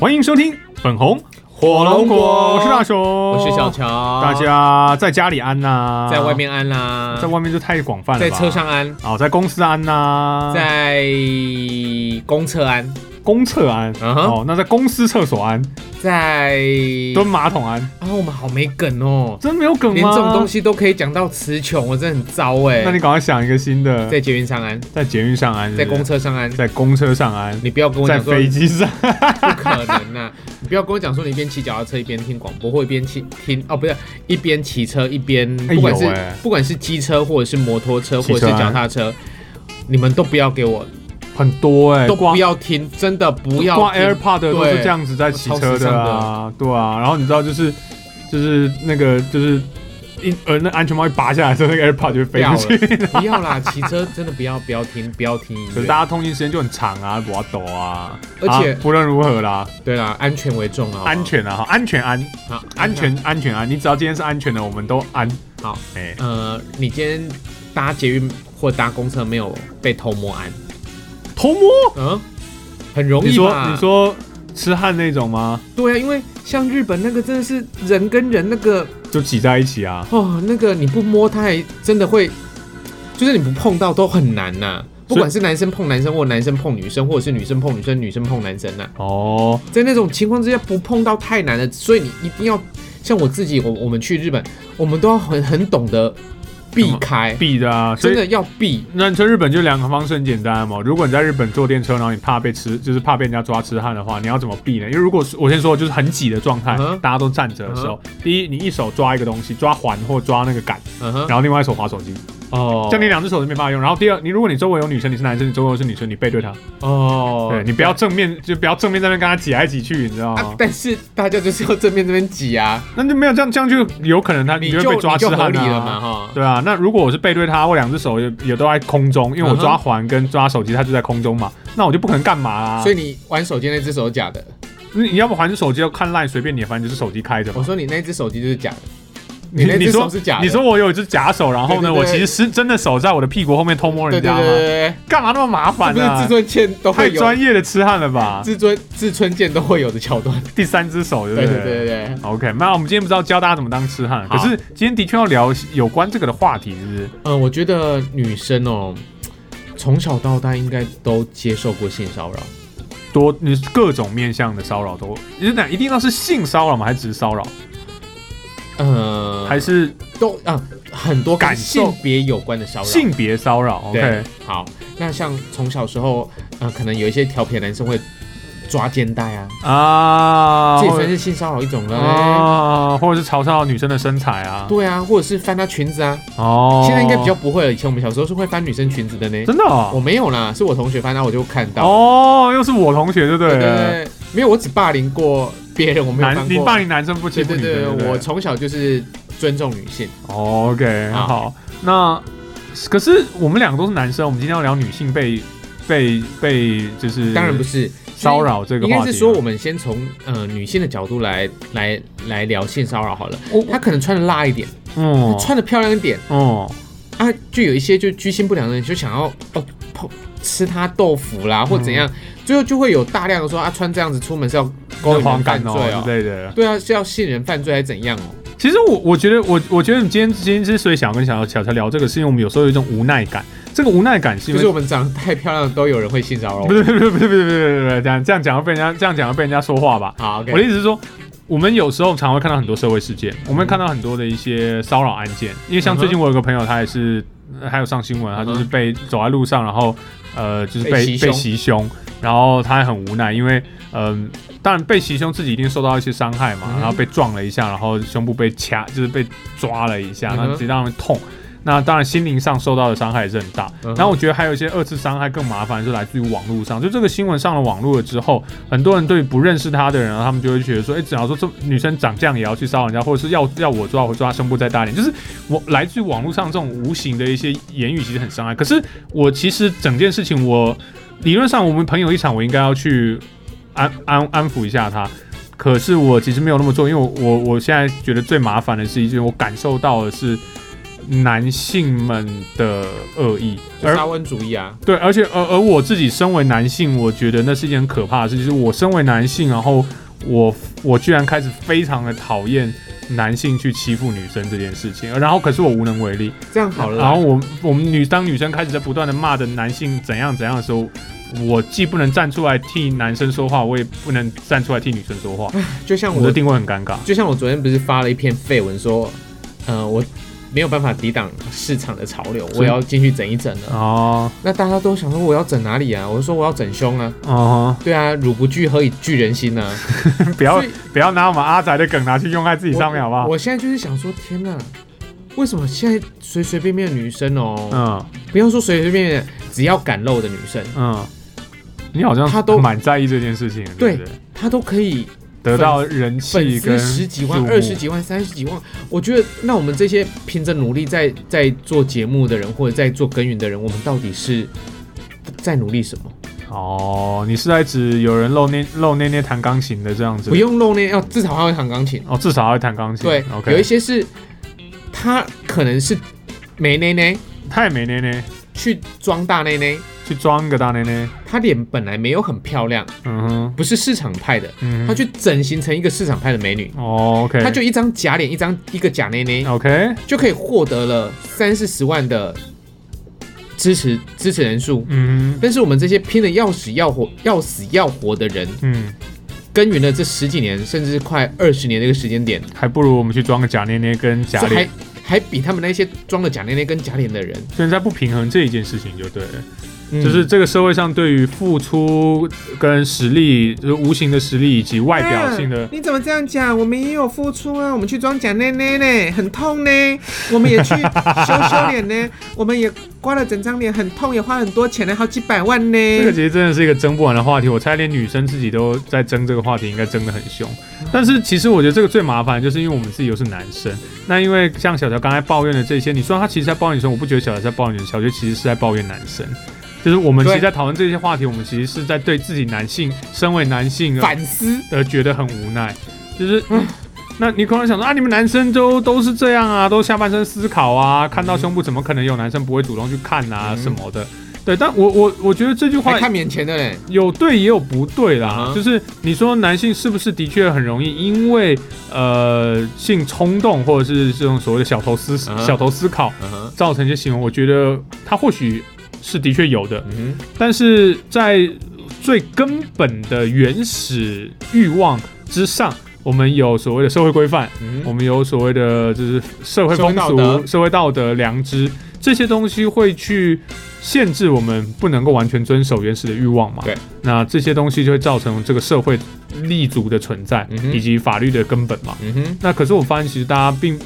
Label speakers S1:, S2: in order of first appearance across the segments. S1: 欢迎收听粉红
S2: 火龙果
S1: 我是大雄，我
S2: 我是小。乔，
S1: 大家在家里安呐、
S2: 在外，面安啦，
S1: 在外面就太广泛了吧。
S2: 在车上安，
S1: 哦，在公司安呐、
S2: 在公厕安，
S1: 公厕安、
S2: 嗯哼
S1: 哦，那在公司厕所安，
S2: 在
S1: 蹲马桶安，
S2: 啊，我们好没梗哦，
S1: 真没有梗吗？
S2: 连这种东，西都可以讲到词穷，我真的很糟哎
S1: 那。你赶快想一个新的，
S2: 在捷运上安，
S1: 在捷运上安
S2: 在公，车上安
S1: 是不是，在公车上安，
S2: 你不要跟我
S1: 在
S2: 讲说
S1: 飞机 上，
S2: 不可能呐、你不要跟我讲说你一边骑脚踏车一边听广播，或一边骑听哦，不是一边骑车一边，
S1: 哎
S2: 不管是、
S1: 有哎
S2: 不管是机车或者是摩托车
S1: 骑车
S2: 或者是脚踏车，你们都不要给我，
S1: 很多哎、欸，
S2: 都
S1: 光
S2: 不要听，真的不要
S1: 挂
S2: 听
S1: AirPod 的都是
S2: 对
S1: 这样子在骑车的啊，对啊。然后你知道就是就是那个就是一呃那安全帽一拔下来的时候，那个 AirPod 就会飞
S2: 掉
S1: 出
S2: 了
S1: 去。
S2: 不要啦，骑车真的不要不要听不要听音
S1: 可是
S2: 乐，
S1: 大家通勤时间就很长啊，不要抖啊。
S2: 而且
S1: 啊不论如何啦，
S2: 对啦，安全为重啊，
S1: 安全啊，好安全安
S2: 好
S1: 安全安全安，你只要今天是安全的，我们都安。
S2: 好，
S1: 哎，
S2: 呃，你今天搭捷运或搭公车没有被偷摸安，
S1: 偷摸？
S2: 嗯，很容
S1: 你
S2: 易
S1: 说
S2: 吧？
S1: 你说痴汉那种吗？
S2: 对啊，因为像日本那个真的是人跟人那个
S1: 就挤在一起啊？
S2: 哦，那个你不摸它还真的会，就是你不碰到都很难呐、不管是男生碰男生，或男生碰女生，或者是女生碰女生，女生碰男生呐、
S1: 哦，
S2: 在那种情况之下不碰到太难了，所以你一定要像我自己，我我们去日本，我们都要很很懂得避开，
S1: 避的啊，所以
S2: 哎真的要避。
S1: 那你去日本就两个方式很简单嘛。如果你在日本坐电车，然后你怕被吃，就是怕被人家抓痴汉的话，你要怎么避呢？因为如果是我先说，就是很挤的状态
S2: 嗯哼
S1: 大家都站着的时候第一，你一手抓一个东西，抓环或抓那个杆，
S2: 嗯哼，
S1: 然后另外一手划手机，
S2: 哦，
S1: 这样你两只手都没办法用。然后第二，你如果你周围有女生，你是男生，你周围有是女生，你背对她，
S2: 哦，
S1: 对你不要正面，就不要正面在那边跟她挤来挤去，你知道
S2: 啊
S1: 吗，？
S2: 但是大家就是要正面这边挤啊，
S1: 那就没有这样，这样就有可能他
S2: 你
S1: 就会被抓
S2: 你
S1: 痴
S2: 就合
S1: 汉
S2: 理了嘛
S1: 啊。
S2: 哈。
S1: 对啊，那如果我是背对他，我两只手也也都在空中，因为我
S2: 嗯哼
S1: 抓环跟抓手机，它就在空中嘛，那我就不可能干嘛啊。
S2: 所以你玩手机那只手假的，
S1: 你你要不还是手机要看 line，随便你，反正就是手机开着
S2: 我
S1: 嘛。
S2: 说你那只手机就是假的，
S1: 你
S2: 哦你那
S1: 你
S2: 只
S1: 说
S2: 手是假的
S1: 你说我有一只假手，然后呢，
S2: 对对对
S1: 我其实是真的手在我的屁股后面偷摸
S2: 对
S1: 人
S2: 对
S1: 家
S2: 对
S1: 吗？
S2: 对
S1: 干嘛那么麻
S2: 对，
S1: 烦
S2: 不是自
S1: 呢？
S2: 尊剑都
S1: 太
S2: 会有，
S1: 专业的痴汉了吧？
S2: 自尊自尊剑都会有的桥段，
S1: 第三只手，对不
S2: 对
S1: 对？
S2: 对对对对，
S1: OK，那我们今天不知道教大家怎么当痴汉，啊可
S2: 好
S1: 是今天的确要聊有关这个的话题，是不是？
S2: 嗯，我觉得女生哦，从小到大应该都接受过性骚扰，
S1: 多你各种面向的骚扰都，你是哪一定要是性骚扰吗？还是只是骚扰？
S2: 呃，
S1: 还是
S2: 都啊、很多
S1: 感
S2: 跟
S1: 受
S2: 性别有关的骚扰。
S1: 性别骚扰？OK，
S2: 对好，那像从小时候，呃，可能有一些调皮的男生会抓肩带啊，
S1: 啊，
S2: 这也
S1: 或
S2: 算
S1: 者
S2: 是性骚扰一种了、
S1: 啊，或者是嘲笑女生的身材啊？
S2: 对啊，或者是翻她裙子啊，
S1: 哦，
S2: 现在应该比较不会了。以前我们小时候是会翻女生裙子的呢，
S1: 真的哦
S2: 我，没有啦，是我同学翻，然后我就看到。
S1: 哦，又是我同学，对不
S2: 对对
S1: 对？
S2: 对，没有，我只霸凌过别人，我没有
S1: 男，
S2: 翻
S1: 你
S2: 过。
S1: 霸凌男生不欺
S2: 对
S1: 负
S2: 对
S1: 女生，
S2: 对，
S1: 不
S2: 我从小就是尊重女性。
S1: 哦 OK
S2: 好
S1: 好，那可是我们两个都是男生，我们今天要聊女性被被被就是
S2: 当然不是
S1: 骚，扰这个
S2: 应
S1: 话题啊，
S2: 该是说我们先从呃女性的角度来来来聊性骚扰好了。
S1: 我
S2: 她可能穿的辣一点，她
S1: 嗯
S2: 穿的漂亮一点，
S1: 嗯
S2: 啊，就有一些就居心不良的人就想要哦碰吃她豆腐啦或怎
S1: 嗯
S2: 样，最后就会有大量的说啊穿这样子出门是要勾
S1: 那
S2: 引
S1: 黄
S2: 人
S1: 感
S2: 犯罪
S1: 哦
S2: 哦，
S1: 之类的。
S2: 对啊是要信人犯罪还是怎样哦？
S1: 其实我我觉得我我觉得你今天今天之所以想要跟小小乔聊这个，是因为我们有时候有一种无奈感。这个无奈感是因
S2: 就
S1: 为
S2: 是我们长得太漂亮的都有人会性骚扰我
S1: 不。是不是不是不是不是不是不是这样这样讲要被人家这样讲要被人家说话吧？
S2: 好
S1: 我的
S2: ，OK，
S1: 意思是说，我们有时候常会看到很多社会事件，我们会看到很多的一些骚扰案件，因为像最近我有个朋友，他也是呃还有上新闻，他就是
S2: 嗯哼
S1: 被走在路上，然后呃就是被
S2: 被袭
S1: 被
S2: 胸
S1: 袭胸，然后他也很无奈，因为嗯、当然被袭胸自己一定受到一些伤害嘛
S2: 嗯，哼
S1: 然后被撞了一下，然后胸部被掐，就是被抓了一下，
S2: 嗯哼
S1: 然后直接让人痛。那当然，心灵上受到的伤害也是很大。
S2: 嗯哼
S1: 然后我觉得还有一些二次伤害更麻烦，是来自于网络上。就这个新闻上了网络了之后，很多人对不认识他的人，然后他们就会觉得说，哎、只要说这女生长这样也要去骚扰人家，或者是要要我抓，我抓胸部再大一点，就是我来自于网络上这种无形的一些言语，其实很伤害。可是我其实整件事情我，理论上我们朋友一场，我应该要去安安安抚一下他。可是我其实没有那么做，因为我我我现在觉得最麻烦的是一件，我感受到的是男性们的恶意，
S2: 就
S1: 而
S2: 沙文主义啊，
S1: 对，而且而而我自己身为男性，我觉得那是一件很可怕的事，就是我身为男性，然后我我居然开始非常的讨厌男性去欺负女生这件事情，然后可是我无能为力。
S2: 这样好了
S1: 然后
S2: 啦，
S1: 我我们女当女生开始在不断的骂着男性怎样怎样的时候，我既不能站出来替男生说话，我也不能站出来替女生说话，
S2: 就像
S1: 我的
S2: 我，
S1: 定位很尴尬。
S2: 就像我昨天不是发了一篇绯闻说，呃，我没有办法抵挡市场的潮流，
S1: 是
S2: 我要进去整一整了。
S1: 哦
S2: 那大家都想说我要整哪里啊？我就说我要整胸啊。
S1: 哦，
S2: 对啊，乳不惧何以惧人心呢、啊？
S1: 不要
S2: 所以
S1: 不要拿我们阿宅的梗拿去用在自己上面好不好
S2: 我？？我现在就是想说，天哪，为什么现在随随便便的女生哦，
S1: 嗯
S2: 不要说随随便便，只要敢露的女生，
S1: 嗯，你好像
S2: 他都
S1: 蛮在意这件事情的，对不对？
S2: 她都可以
S1: 得到人气
S2: 粉丝
S1: 跟
S2: 十几万
S1: 注、目
S2: 二十几万、三十几万。我觉得，那我们这些凭着努力在在做节目的人，或者在做耕耘的人，我们到底是在努力什么？
S1: 哦，你是在指有人露捏露捏捏弹钢琴的这样子？
S2: 不用露那要至少她会弹钢琴。
S1: 哦，至少还会弹钢琴。
S2: 对
S1: ，OK，
S2: 有一些是她可能是没内内
S1: 他也没捏捏，
S2: 去装大内内，
S1: 去装个大捏捏。
S2: 她脸本来没有很漂亮，
S1: 嗯哼，
S2: 不是市场派的，
S1: 嗯哼，
S2: 她去整形成一个市场派的美女，
S1: 哦，OK，
S2: 她就一张假脸，一张一个假内
S1: 哦
S2: 内，
S1: OK，
S2: 就可以获得了三四十万的支持支持人数。
S1: 嗯
S2: 但是我们这些拼的要死要活、要死要活的人，
S1: 嗯，
S2: 耕耘了这十几年，甚至快二十年的一个时间点，
S1: 还不如我们去装个假捏捏跟假
S2: 这
S1: 脸，
S2: 还还比他们那些装了假内内跟假脸的人，
S1: 所以在不平衡这一件事情就对了，
S2: 嗯
S1: 就是这个社会上对于付出跟实力，就是无形的实力以及外表性的
S2: 啊。你怎么这样讲？我们也有付出啊，我们去装假内内呢，很痛呢。我们也去修修 脸呢，我们也刮了整张脸，很痛，也花很多钱呢，好几百万呢。
S1: 这个其实真的是一个争不完的话题，我猜连女生自己都在争这个话题，应该争得很凶。但是其实我觉得这个最麻烦，就是因为我们自己又是男生，那因为像小乔刚才抱怨的这些，你说他其实在抱怨女生，我不觉得小乔在抱怨女生，小乔其实是在抱怨男生。就是我们其
S2: 对
S1: 实，在讨论这些话题，我们其实是在对自己男性，身为男性而
S2: 反思，
S1: 而觉得很无奈。就是，
S2: 嗯
S1: 那你可能想说啊，你们男生都都是这样啊，都下半身思考啊，看到胸部怎么可能有男生不会主动去看啊、
S2: 嗯
S1: 什么的？对，但我我我觉得这句话
S2: 还看免钱的嘞。
S1: 有对也有不对啦
S2: 啊，
S1: 就是你说男性是不是的确很容易因为呃性冲动或者是这种所谓的小头思
S2: 啊
S1: 小头思考
S2: 嗯哼，
S1: 造成一些行为？我觉得他或许是的确有的，
S2: 嗯
S1: 但是在最根本的原始欲望之上，我们有所谓的社会规范，我
S2: 嗯，
S1: 们有所谓的就是社会风
S2: 社
S1: 俗
S2: 会道、德
S1: 社会道德、良知这些东西会去限制我们不能够完全遵守原始的欲望嘛？
S2: 对，
S1: 那这些东西就会造成这个社会立足的存在，
S2: 嗯哼
S1: 以及法律的根本嘛。
S2: 嗯哼，
S1: 那可是我发现，其实大家并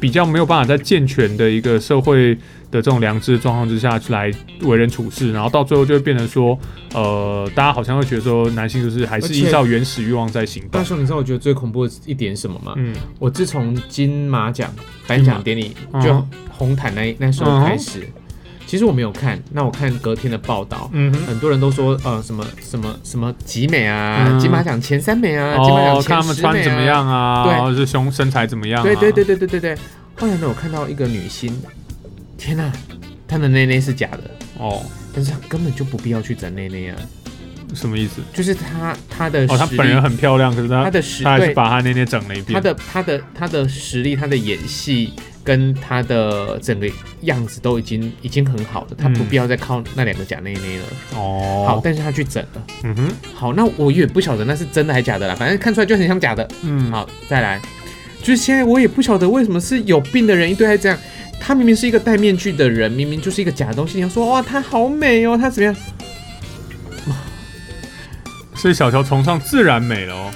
S1: 比较没有办法在健全的一个社会的这种良知的状况之下去来为人处事，然后到最后就会变成说，呃，大家好像会觉得说男性就是还是
S2: 而且
S1: 依照原始欲望在行动
S2: 大。雄，你知道我觉得最恐怖的一点是什么吗？
S1: 嗯
S2: 我自从金马奖颁奖典礼
S1: 嗯
S2: 就红毯那那时候开始，其实我没有看，那我看隔天的报道。
S1: 嗯哼，
S2: 很多人都说，呃，什么什么什么集美啊，
S1: 嗯
S2: 金马奖前三美啊，金马
S1: 哦，
S2: 奖
S1: 看
S2: 前
S1: 他们
S2: 十美啊，
S1: 穿怎么样啊，
S2: 对
S1: 然后是胸身材怎么样、啊，
S2: 对对对对对对对。后来呢，我看到一个女星，天哪、她的内内是假的，
S1: 哦，
S2: 但是她根本就不必要去整内内啊，
S1: 什么意思？
S2: 就是她她的
S1: 哦，她
S2: 实力
S1: 本人很漂亮，可是她
S2: 她的实
S1: 她还是
S2: 对
S1: 把她那天整了一遍。
S2: 她的她的她的实力，她的演戏跟她的整个样子都已经已经很好了，她不
S1: 嗯
S2: 必要再靠那两个假内内了。
S1: 哦，
S2: 好，，但是她去整了。
S1: 嗯哼，
S2: 好，那我也不晓得那是真的还假的啦，反正看出来就很像假的。
S1: 嗯，
S2: 好，再来，就是现在我也不晓得为什么是有病的人一堆还这样，他明明是一个戴面具的人，明明就是一个假的东西，你要说哇她好美哦，她怎么样？
S1: 所以小乔崇尚自然美了哦，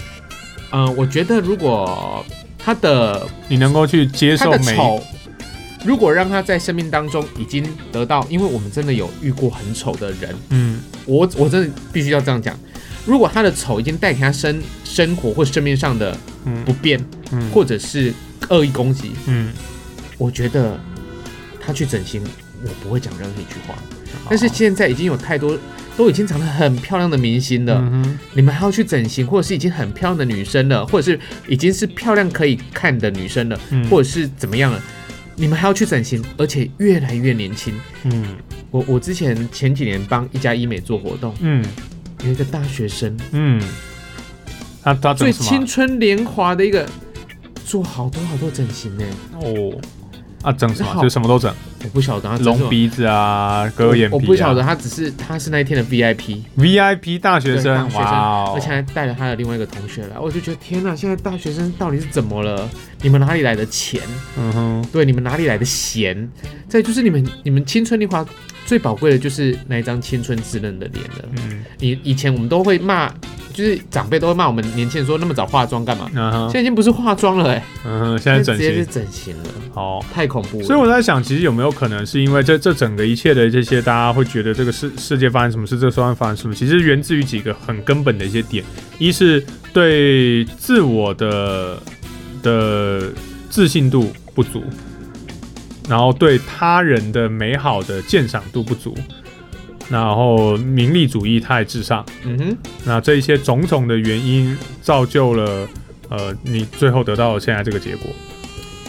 S2: 呃，我觉得如果她的
S1: 你能够去接
S2: 她
S1: 受
S2: 的
S1: 美，
S2: 丑，如果让她在生命当中已经得到，因为我们真的有遇过很丑的人，
S1: 嗯
S2: 我我真的必须要这样讲，如果她的丑已经带给她生生活或生命上的
S1: 嗯
S2: 不便，
S1: 嗯
S2: 或者是恶意攻击，
S1: 嗯，
S2: 我觉得他去整形，我不会讲任何一句话。但是现在已经有太多都已经长得很漂亮的明星了，
S1: 嗯哼
S2: 你们还要去整形，或者是已经很漂亮的女生了，或者是已经是漂亮可以看的女生了，
S1: 嗯
S2: 或者是怎么样了？你们还要去整形，而且越来越年轻。
S1: 嗯
S2: 我我之前前几年帮一家医美做活动，
S1: 嗯
S2: 有一个大学生
S1: 嗯，他他整
S2: 最
S1: 什么
S2: 青春年华的一个，做好多好多整形呢，
S1: 哦啊整什么
S2: 好
S1: 就什么都整，
S2: 我不晓得他整什
S1: 隆
S2: 么
S1: 鼻子啊，割眼
S2: 我，我
S1: 皮、啊，
S2: 不晓得他只是他是那一天的 VIP。
S1: VIP 大学
S2: 对大
S1: 生，
S2: 学
S1: 哇哦，
S2: 而且还带了他的另外一个同学来，我就觉得天哪，现在大学生到底是怎么了？你们哪里来的钱？
S1: 嗯哼，
S2: 对，你们哪里来的闲？再就是你们你们青春年华最宝贵的就是那一张青春稚嫩的脸了。
S1: 嗯
S2: 你以前我们都会骂，就是长辈都会骂我们年轻人说那么早化妆干嘛？
S1: 嗯
S2: 现
S1: 哼，
S2: 在已经不是化妆了、欸，
S1: 嗯哼，现在
S2: 哎，直
S1: 整
S2: 接是
S1: 形
S2: 整形了，
S1: 好。
S2: 太恐怖了。
S1: 所以我在想，其实有没有可能是因为这这整个一切的这些，大家会觉得这个世世界发生什么事，这个社会发生什么，其实源自于几个很根本的一些点，一是对自我的的自信度不足，然后对他人的美好的鉴赏度不足，然后名利主义太至上。
S2: 嗯哼，
S1: 那这一些种种的原因，造就了呃你最后得到了现在这个结果。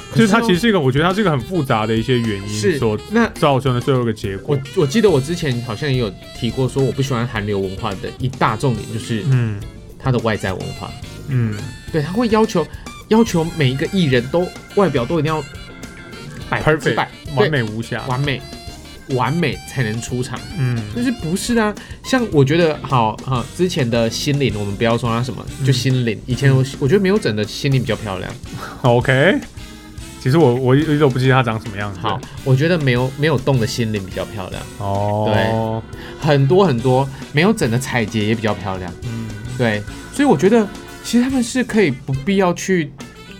S2: 可
S1: 就是是它其实
S2: 呢
S1: 是一个，我觉得它是一个很复杂的一些原因
S2: 是
S1: 所
S2: 那
S1: 造成的最后一个结果
S2: 我。我记得我之前好像也有提过，说我不喜欢韩流文化的一大重点就是
S1: 嗯
S2: 它的外在文化。
S1: 嗯
S2: 对，他会要求要求每一个艺人都外表都一定要百分之
S1: ，perfect，
S2: 百
S1: 完美无瑕
S2: 对。完美完美才能出场，
S1: 嗯
S2: 但是不是啊？像我觉得好哈、之前的心灵我们不要说他什么，就
S1: 嗯
S2: 心灵。以前我我觉得没有整的心灵比较漂亮。
S1: ，OK。其实我我一直都不记得它长什么样子。
S2: 好，，我觉得没有没有动的心灵比较漂亮，
S1: 哦，
S2: 很多很多没有整的彩洁也比较漂亮。
S1: 对，嗯
S2: 对，所以我觉得其实他们是可以不必要去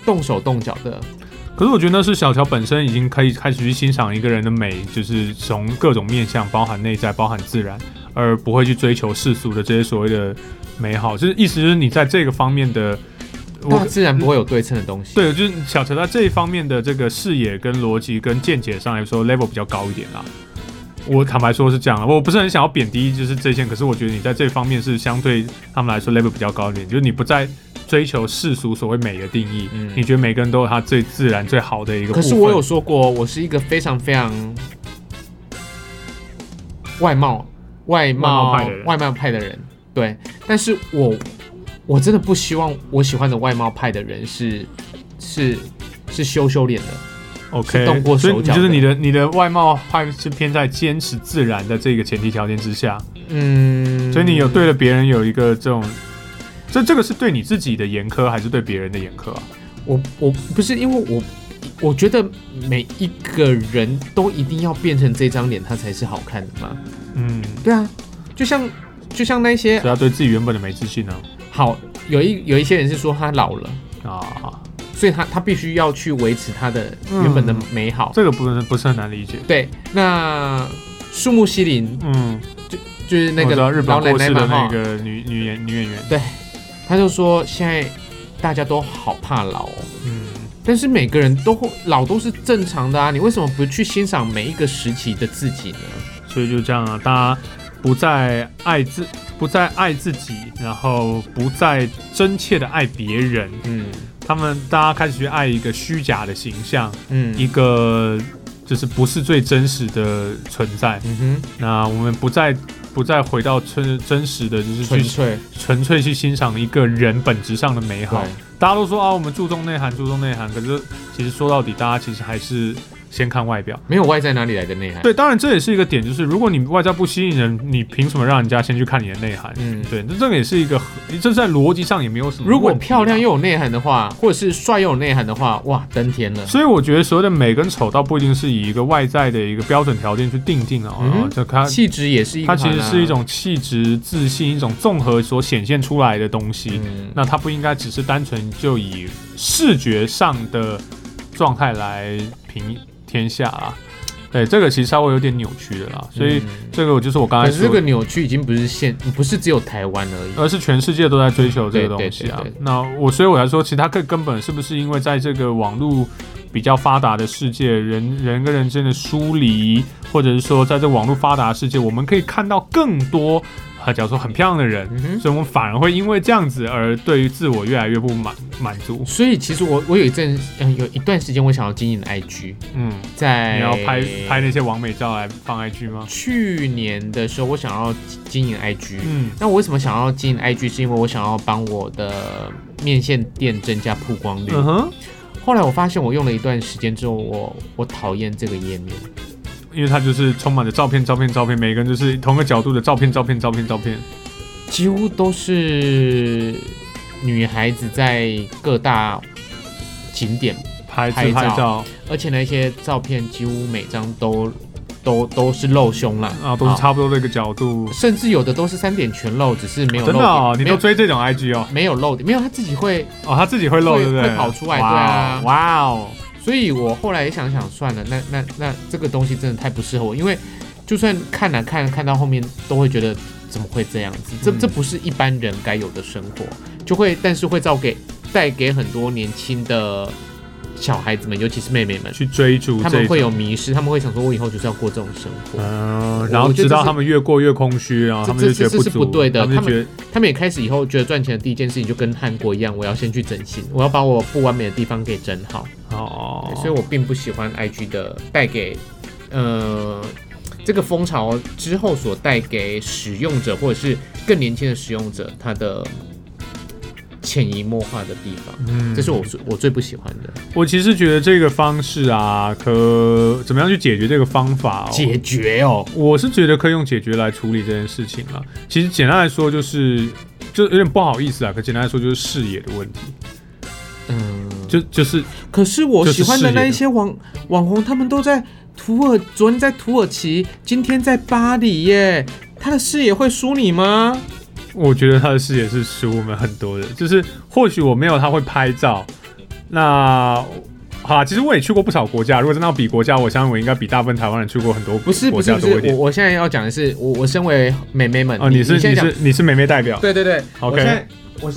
S2: 动手动脚的。
S1: 可是我觉得那是小乔本身已经可以开始去欣赏一个人的美，就是从各种面向，包含内在，包含自然，而不会去追求世俗的这些所谓的美好。就是意思就是你在这个方面的，
S2: 大
S1: 我
S2: 自然不会有对称的东西。
S1: 对，就是小乔在这一方面的这个视野跟逻辑跟见解上来说，level 比较高一点啦。我坦白说是这样啦，我不是很想要贬低就是这些人，可是我觉得你在这方面是相对他们来说 level 比较高一点，就是你不再追求世俗所谓美的定义，
S2: 嗯
S1: 你觉得每个人都有他最自然最好的一个部
S2: 可
S1: 分。
S2: 是我有说过，我是一个非常非常外貌、外貌、
S1: 外貌派的人
S2: 外貌派的人。对，但是我我真的不希望我喜欢的外貌派的人是是是羞羞脸的。
S1: OK，
S2: 是动过手
S1: 所
S2: 脚的
S1: 以就是你的你的外貌还是偏在坚持自然的这个前提条件之下，
S2: 嗯，
S1: 所以你有对了别人有一个这种，这这个是对你自己的严苛还是对别人的严苛啊？
S2: 我我不是因为我。我觉得每一个人都一定要变成这张脸，他才是好看的嘛。
S1: 嗯，
S2: 对啊，就像就像那些
S1: 所以他对自己原本的没自信呢
S2: 好有一有一些人是说他老了，
S1: 啊，
S2: 所以他他必须要去维持他的原本的美好。
S1: 这个不是不是很难理解。
S2: 对，那树木希林
S1: 嗯，
S2: 就是那
S1: 我
S2: 个
S1: 哦知道日本过
S2: 老奶奶
S1: 世
S2: 嘛
S1: 的那
S2: 哈，
S1: 个女女演女演员，
S2: 她就说现在大家都好怕老、哦，
S1: 嗯
S2: 但是每个人都会老都是正常的啊，你为什么不去欣赏每一个时期的自己呢？
S1: 所以就这样啊，大家不再爱自，不再爱自己，然后不再真切的爱别人，
S2: 嗯
S1: 他们大家开始去爱一个虚假的形象，一
S2: 嗯
S1: 个就是不是最真实的存在。
S2: 嗯哼，
S1: 那我们不再不再回到真真实的，就是
S2: 纯
S1: 去
S2: 粹
S1: 纯粹去欣赏一个人本质上的美
S2: 对
S1: 好。大家都说啊，我们注重内涵，注重内涵，可是其实说到底，大家其实还是先看外表。
S2: 没有外在哪里来的内涵。
S1: 对，当然这也是一个点，就是如果你外在不吸引人，你凭什么让人家先去看你的内涵？
S2: 嗯
S1: 对，那这个也是一个合，这在逻辑上也没有什么问题啊。
S2: 如果漂亮又有内涵的话，或者是帅又有内涵的话，哇，登天了。
S1: 所以我觉得所谓的美跟丑，倒不一定是以一个外在的一个标准条件去定定啊、
S2: 嗯哼
S1: 哦，就它
S2: 气质也是一
S1: 它
S2: 环啊，
S1: 其实是一种气质、自信、一种综合所显现出来的东西。
S2: 嗯
S1: 那它不应该只是单纯就以视觉上的状态来评天下啊。对，这个其实稍微有点扭曲的啦，所以
S2: 嗯
S1: 这个我就是我刚才
S2: 可是这
S1: 啊说呃
S2: 个
S1: 的，
S2: 扭曲已经不是现，不是只有台湾而已。
S1: 而是全世界都在追求这个
S2: 对对
S1: 东西啊
S2: 对对。
S1: 那我所以我来说，其实它更根本是不是因为在这个网络比较发达的世界，人人跟人之间的疏离，或者是说在这网络发达的世界，我们可以看到更多啊，假如说很漂亮的人，
S3: 嗯哼
S1: 所以我们反而会因为这样子而对于自我越来越不满满足。
S2: 所以其实我我有一阵嗯有一段时间我想要经营 IG，
S1: 嗯，
S2: 在
S1: 你要拍拍那些完美照来放 IG 吗？
S2: 去年的时候我想要经营 IG，、
S1: 嗯
S2: 那我为什么想要经营 IG？是因为我想要帮我的面线店增加曝光率。
S1: 嗯哼，
S2: 后来我发现我用了一段时间之后，我我讨厌这个页面。
S1: 因为它就是充满了照片、照片、照片，每个人就是同个角度的照片、照片、照片、照片。
S2: 几乎都是女孩子在各大景点，
S1: 拍自
S2: 拍
S1: 拍
S2: 照
S1: 照
S2: 而且那些照片几乎每张都都都是露胸啦，
S1: 啊，都是差不多的一个角度。
S2: 甚至有的都是三点全露，只是没有露
S1: 真
S2: 点，
S1: 的哦，你
S2: 没
S1: 都
S2: 有
S1: 追这种 IG 哦？
S2: 没有露点，没有他自己会。
S1: 哦，他自己会露，
S2: 会
S1: 对不对？
S2: 会跑出来
S1: 哇哦
S2: 对啊
S1: 哇哦，
S2: 所以我后来也想想，算了，那那那这个东西真的太不适合我，因为就算看了、看看到后面，都会觉得怎么会这样子？这
S1: 嗯
S2: 这不是一般人该有的生活，就会但是会造给带给很多年轻的小孩子们，尤其是妹妹们，
S1: 去追逐
S2: 他
S1: 这
S2: 们会有
S1: 种。
S2: 迷失，他们会想说，我以后就是要过这种生活。
S1: 嗯，然后
S2: 我觉得
S1: 直到
S2: 这是
S1: 他们越过越空虚，然后
S2: 这
S1: 他们就
S2: 这
S1: 觉得
S2: 这
S1: 不
S2: 是
S1: 足，
S2: 不对的
S1: 他们就
S2: 他们
S1: 觉得
S2: 他们也开始以后觉得赚钱的第一件事情就跟韩国一样，我要先去整形，我要把我不完美的地方给整好。
S1: 哦
S2: 对，所以我并不喜欢 IG 的带给，呃，这个风潮之后所带给使用者或者是更年轻的使用者他的潜移默化的地方，
S1: 嗯
S2: 这是我最我最不喜欢的
S1: 我其实觉得这个方式啊，可怎么样去解决这个方法、哦？
S2: 决哦。
S1: 我是觉得可以用解决来处理这件事情啊。其实简单来说就是，就有点不好意思啊，可简单来说就是视野的问题，
S2: 嗯，
S1: 就就是
S3: 可是我
S1: 就是
S3: 喜欢的
S1: 视野
S3: 那
S1: 的
S3: 一些网网红，他们都在土耳，昨天在土耳其，今天在巴黎耶。他的视野会输你吗？
S1: 我觉得他的视野是输我们很多的，就是或许我没有他会拍照，那。好啦，其实我也去过不少国家。如果真的要比国家，我相信我应该比大部分台湾人去过很多
S2: 不是
S1: 国
S2: 不是
S1: 家
S2: 不
S1: 多一
S2: 是，
S1: 点
S2: 我。我现在要讲的是，我我身为美眉们，
S1: 哦，你是
S2: 你
S1: 你
S2: 现在讲
S1: 是你是美眉代表，
S3: 对对对
S1: OK
S3: 我现在我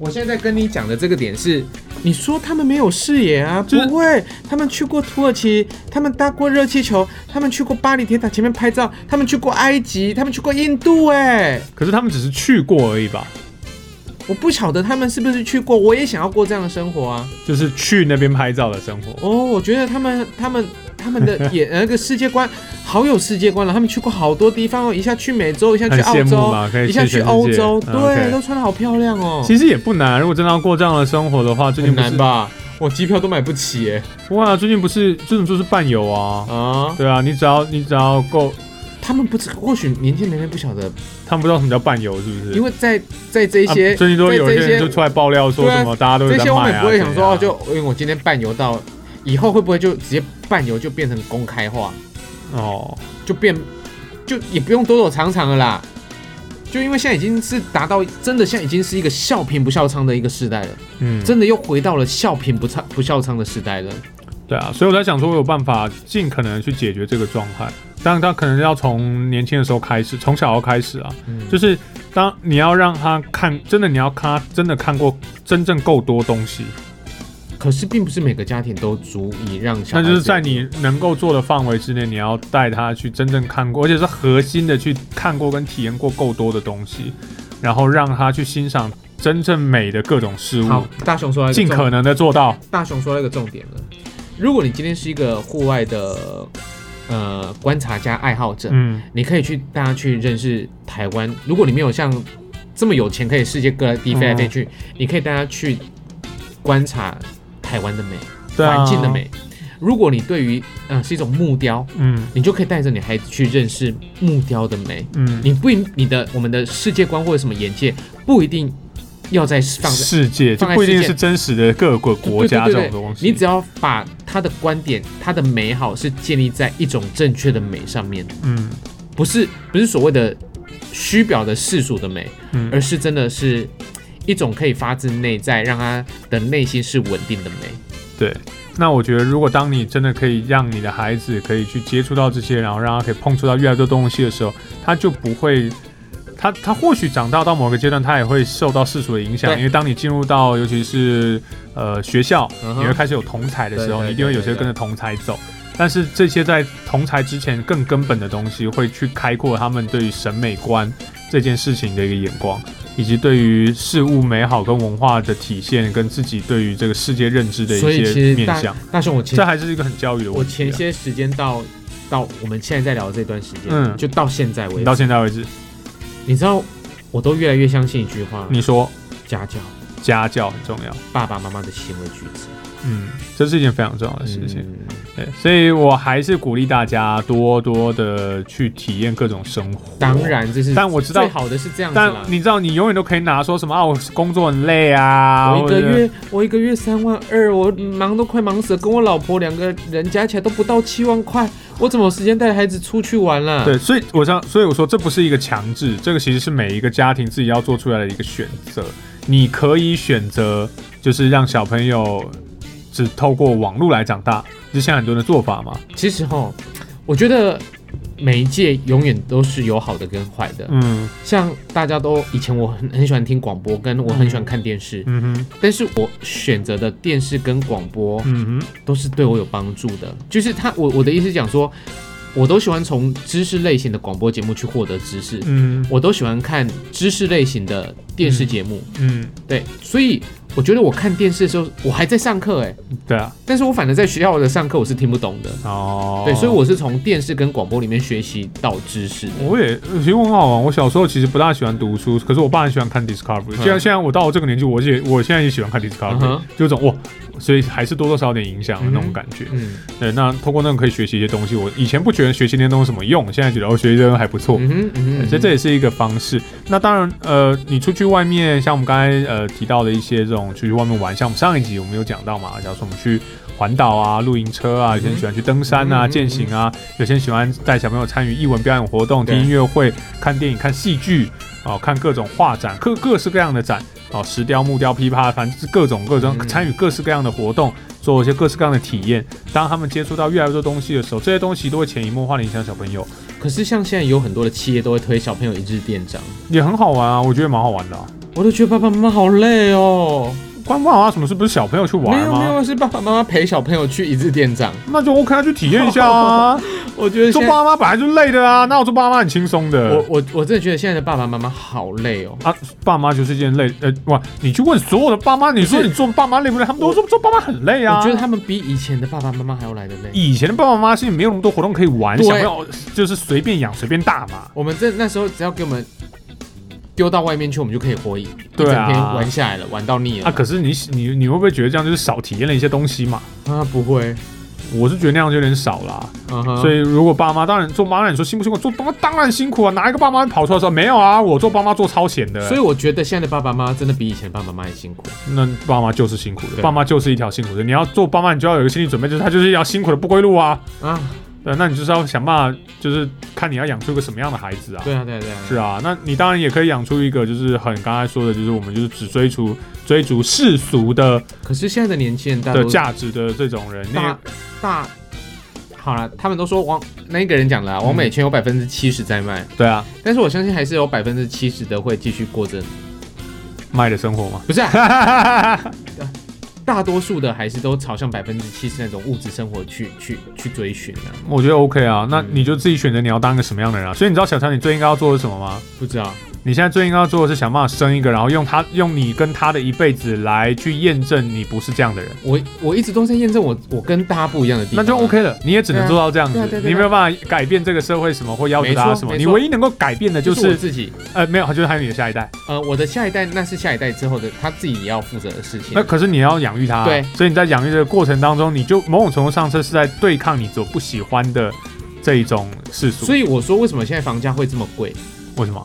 S3: 我现在在跟你讲的这个点是，你说他们没有视野啊？
S1: 就是
S3: 不会，他们去过土耳其，他们搭过热气球，他们去过巴黎铁塔前面拍照，他们去过埃及，他们去过印度，哎，
S1: 可是他们只是去过而已吧？
S3: 我不晓得他们是不是去过，我也想要过这样的生活啊。
S1: 就是去那边拍照的生活。
S3: 哦，我觉得他们他们他们 的也那个世界观好有世界观了，他们去过好多地方哦，一下去美洲，一下去
S1: 很
S3: 澳
S1: 羡慕
S3: 洲，
S1: 嘛，可以
S3: 一下
S1: 去
S3: 去
S1: 全世
S3: 欧
S1: 界
S3: 洲，
S1: 嗯
S3: 对，
S1: ，OK
S3: 都穿的好漂亮哦。
S1: 其实也不难。如果真的要过这样的生活的话，最近
S2: 很
S1: 不
S2: 难
S1: 是
S2: 吧？我机票都买不起耶
S1: 不会啊，最近不是这种就是伴游啊，
S2: 啊！
S1: 对啊，你只要你只要够，
S3: 他们不知或许年轻人不晓得，
S1: 他们不知道什么叫伴游是不是？
S3: 因
S1: 为
S3: 为在在这些、
S1: 啊最近都有
S3: 在
S1: 一些
S3: 这些
S1: 人就出来爆料说
S2: 对啊
S1: 什么大家都有
S2: 这
S1: 在
S2: 些我
S1: 卖
S2: 们
S1: 啊，
S2: 不会想说哦，
S1: 怎样
S2: 就因为我今天伴游到，以后会不会就直接伴游就变成公开化？
S1: 哦，
S2: 就变就也不用躲躲藏藏了啦。就因为现在已经是达到真的，现在已经是一个笑贫不笑娼的一个时代了，
S1: 嗯，
S2: 真的又回到了笑贫不娼不笑娼的时代了。
S1: 对啊，所以我在想说，我有办法尽可能去解决这个状态，但他可能要从年轻的时候开始，从小要开始啊，
S2: 嗯，
S1: 就是当你要让他看，真的你要看他真的看过真正够多东西，
S2: 可是并不是每个家庭都足以让小
S1: 那
S2: 孩
S1: 就是
S2: 子
S1: 在你能够做的范围之内，你要带他去真正看过，而且是核心的去看过跟体验过够多的东西，然后让他去欣赏真正美的各种事物
S2: 好，。大雄说到一个
S1: 尽
S2: 重
S1: 可能的做到。
S2: 大雄说到一个重点了。如果你今天是一个户外的呃观察家爱好者，
S1: 嗯，
S2: 你可以去大家去认识台湾。如果你没有像这么有钱，可以世界各地飞来飞去，你可以带他去观察台湾的美，
S1: 对啊
S2: 环境的美。如果你对于嗯、呃是一种木雕，
S1: 嗯
S2: 你就可以带着你孩子去认识木雕的美。
S1: 嗯，
S2: 你不一你的我们的世界观或者什么眼界不一定要在放在
S1: 世界就
S2: 放在
S1: 不一定
S2: 世界
S1: 是真实的各个国家
S2: 对
S1: 这
S2: 对对
S1: 种
S2: 对
S1: 东西。
S2: 你只要把他的观点、他的美好是建立在一种正确的美上面，
S1: 嗯
S2: 不是不是所谓的虚表的世俗的美，
S1: 嗯
S2: 而是真的是一种可以发自内在，让他的内心是稳定的美。
S1: 对，那我觉得，如果当你真的可以让你的孩子可以去接触到这些，然后让他可以碰触到越来越多东西的时候，他就不会，他他或许长大到某个阶段，他也会受到世俗的影响，
S2: 对
S1: 因为当你进入到尤其是呃学校，
S2: 嗯哼
S1: 你会开始有同才的时候，
S2: 对对
S1: 你一定会有些跟着同才走。但是这些在同才之前更根本的东西，会去开阔他们对于审美观，这件事情的一个眼光，以及对于事物美好跟文化的体现，跟自己对于这个世界认知的一
S2: 所以
S1: 些
S2: 其实
S1: 面
S2: 大
S1: 向，
S2: 大雄，我前
S1: 这还是一个很教育的
S2: 我
S1: 问题、啊。
S2: 前些时间到到我们现在在聊的这段时间，
S1: 嗯
S2: 就到现在为
S1: 到
S2: 止，
S1: 现在为止，
S2: 你知道，我都越来越相信一句话：
S1: 你说
S2: 家教
S1: 家教很重要，
S2: 爸爸妈妈的行为举止。
S1: 嗯，这啊是一件非常重要的事情。
S2: 嗯
S1: 对，所以我还是鼓励大家多多的去体验各种生活。
S2: 当。然这是，
S1: 但我知道
S2: 最好的是这样子
S1: 但
S2: 啦。
S1: 你知道，你永远都可以拿说什么啊？我工作很累啊，
S2: 我一个
S1: 或者
S2: 月，我一个月三万二，我忙都快忙死了，跟我老婆两个人加起来都不到七万块，我怎么有时间带孩子出去玩啊啦？
S1: 对，所以我想，所以我说这不是一个强制，这个其实是每一个家庭自己要做出来的一个选择。你可以选择，就是让小朋友只透过网络来长大，就像很多人的做法嘛。
S2: 其实哈，我觉得媒介永远都是有好的跟坏的。
S1: 嗯
S2: 像大家都以前我很很喜欢听广播，跟我很喜欢看电视，
S1: 嗯哼
S2: 但是我选择的电视跟广播
S1: 嗯哼，
S2: 都是对我有帮助的。就是他，我我的意思是讲说，我都喜欢从知识类型的广播节目去获得知识，
S1: 嗯
S2: 我都喜欢看知识类型的电视节目。
S1: 嗯，
S2: 对，所以我觉得我看电视的时候，我还在上课哎、
S1: 对啊，
S2: 但是我反正在学校的上课我是听不懂的。
S1: 哦，
S2: 对，所以我是从电视跟广播里面学习到知识的。
S1: 我也其实我很好玩。我小时候其实不大喜欢读书，可是我爸很喜欢看 Discovery。
S2: 嗯
S1: 现在现在我到了这个年纪，我也我现在也喜欢看
S2: 嗯
S1: Discovery，、
S2: 哼，
S1: 就有种哇，所以还是多多少少有点影响的那
S2: 嗯
S1: 种
S2: 哼
S1: 感觉。
S2: 嗯
S1: 对，那通过那个可以学习一些东西。我以前不觉得学习那些东西有什么用，现在觉得哦，学习这些东西还不错。
S2: 嗯哼嗯
S1: 对
S2: 哼，
S1: 所以这也是一个方式。那当然，呃，你出去外面，像我们刚才呃提到的一些这种出去外面玩，像我们上一集我们有讲到嘛，假如说我们去环岛啊、露营车啊，有些人喜欢去登山啊、
S2: 嗯嗯嗯
S1: 践行啊，有些人喜欢带小朋友参与艺文表演活动、听
S2: 对
S1: 音乐会、看电影、看戏剧，哦，看各种画展，各各式各样的展。哦，石雕、木雕、噼啪，反正就是各种各种
S2: 嗯
S1: 参与各式各样的活动，做一些各式各样的体验。当他们接触到越来越多东西的时候，这些东西都会潜移默化的影响小朋友，
S2: 可是像现在有很多的企业都会推小朋友一日店长，
S1: 也很好玩啊，我觉得蛮好玩的、啊。
S2: 我都觉得爸爸妈妈好累哦。
S1: 关不好啊，什么事不是小朋友去
S2: 没
S1: 玩
S2: 有没
S1: 吗？
S2: 有，是爸爸妈妈陪小朋友去一日店长。
S1: 那就 OK 啊，去体验一下 啊。
S2: 我觉得
S1: 做
S2: 现在
S1: 爸妈本来就累的啊，那我做爸妈很轻松的
S2: 我。我我真的觉得现在的爸爸妈妈好累哦。
S1: 啊，爸妈就是一件累，呃，哇，你去问所有的爸妈，你说
S2: 不是
S1: 你做爸妈累不累？他们都说做爸妈很累啊。
S2: 我觉得他们比以前的爸爸妈妈还要来的累。
S1: 以前的爸爸妈妈是没有那么多活动可以玩，
S2: 对
S1: 小朋友就是随便养随便大嘛。
S2: 我们这那时候只要给我们丢到外面去，我们就可以活一一整
S1: 对啊
S2: 天玩下来了，玩到腻
S1: 啊，
S2: 了。
S1: 可是你你你会不会觉得这样就是少体验了一些东西嘛？
S2: 啊，不会，
S1: 我是觉得那样就有点少啦。
S2: 嗯哼，
S1: 所以如果爸妈当然做妈妈，你说辛不辛苦？做爸妈当然辛苦啊，哪一个爸妈跑出来说没有啊？我做爸妈做超闲的欸、
S2: 所以我觉得现在的爸爸妈妈真的比以前的爸爸妈妈还辛苦。
S1: 那爸妈就是辛苦的，
S2: 对
S1: 爸妈就是一条辛苦的。你要做爸妈，你就要有一个心理准备，就是他就是一条辛苦的不归路啊。
S2: 啊，
S1: 对，那你就是要想办法，就是看你要养出一个什么样的孩子啊。
S2: 对啊，对啊，对啊，
S1: 是啊，那你当然也可以养出一个，就是很刚才说的，就是我们就是只追逐追逐世俗的
S2: 可是现在的年轻人大
S1: 的
S2: 多
S1: 价值的这种人。那
S2: 大大。好了，他们都说王那一个人讲
S1: 嗯
S2: 了啊，王美圈有百分之七十在卖，
S1: 对啊，
S2: 但是我相信还是有百分之七十的会继续过着，
S1: 卖的生活嘛。
S2: 不是、啊， 大多数的还是都朝向百分之七十那种物质生活去去去追寻啊。
S1: 我觉得 OK 啊，
S2: 嗯
S1: 那你就自己选择你要当一个什么样的人啊。所以你知道小强你最应该要做的是什么吗？
S2: 不知道，
S1: 你现在最应该要做的是想办法生一个，然后用他用你跟他的一辈子来去验证你不是这样的人。
S2: 我我一直都在验证我我跟大家不一样的地
S1: 那
S2: 方啊，
S1: 就 OK 了，你也只能做到这样子
S2: 对啊对啊，对啊
S1: 你没有办法改变这个社会什么或要求大家什么，
S2: 没错没错
S1: 你唯一能够改变的就
S2: 就是我
S1: 是
S2: 自己，
S1: 呃没有，就是还有你的下一代。
S2: 呃，我的下一代那是下一代之后的他自己也要负责的事情
S1: 那。可是你要养育他，啊
S2: 对
S1: 所以你在养育的过程当中，你就某种程度上这是在对抗你所不喜欢的这一种世俗。
S2: 所以我说为什么现在房价会这么贵，
S1: 为什么？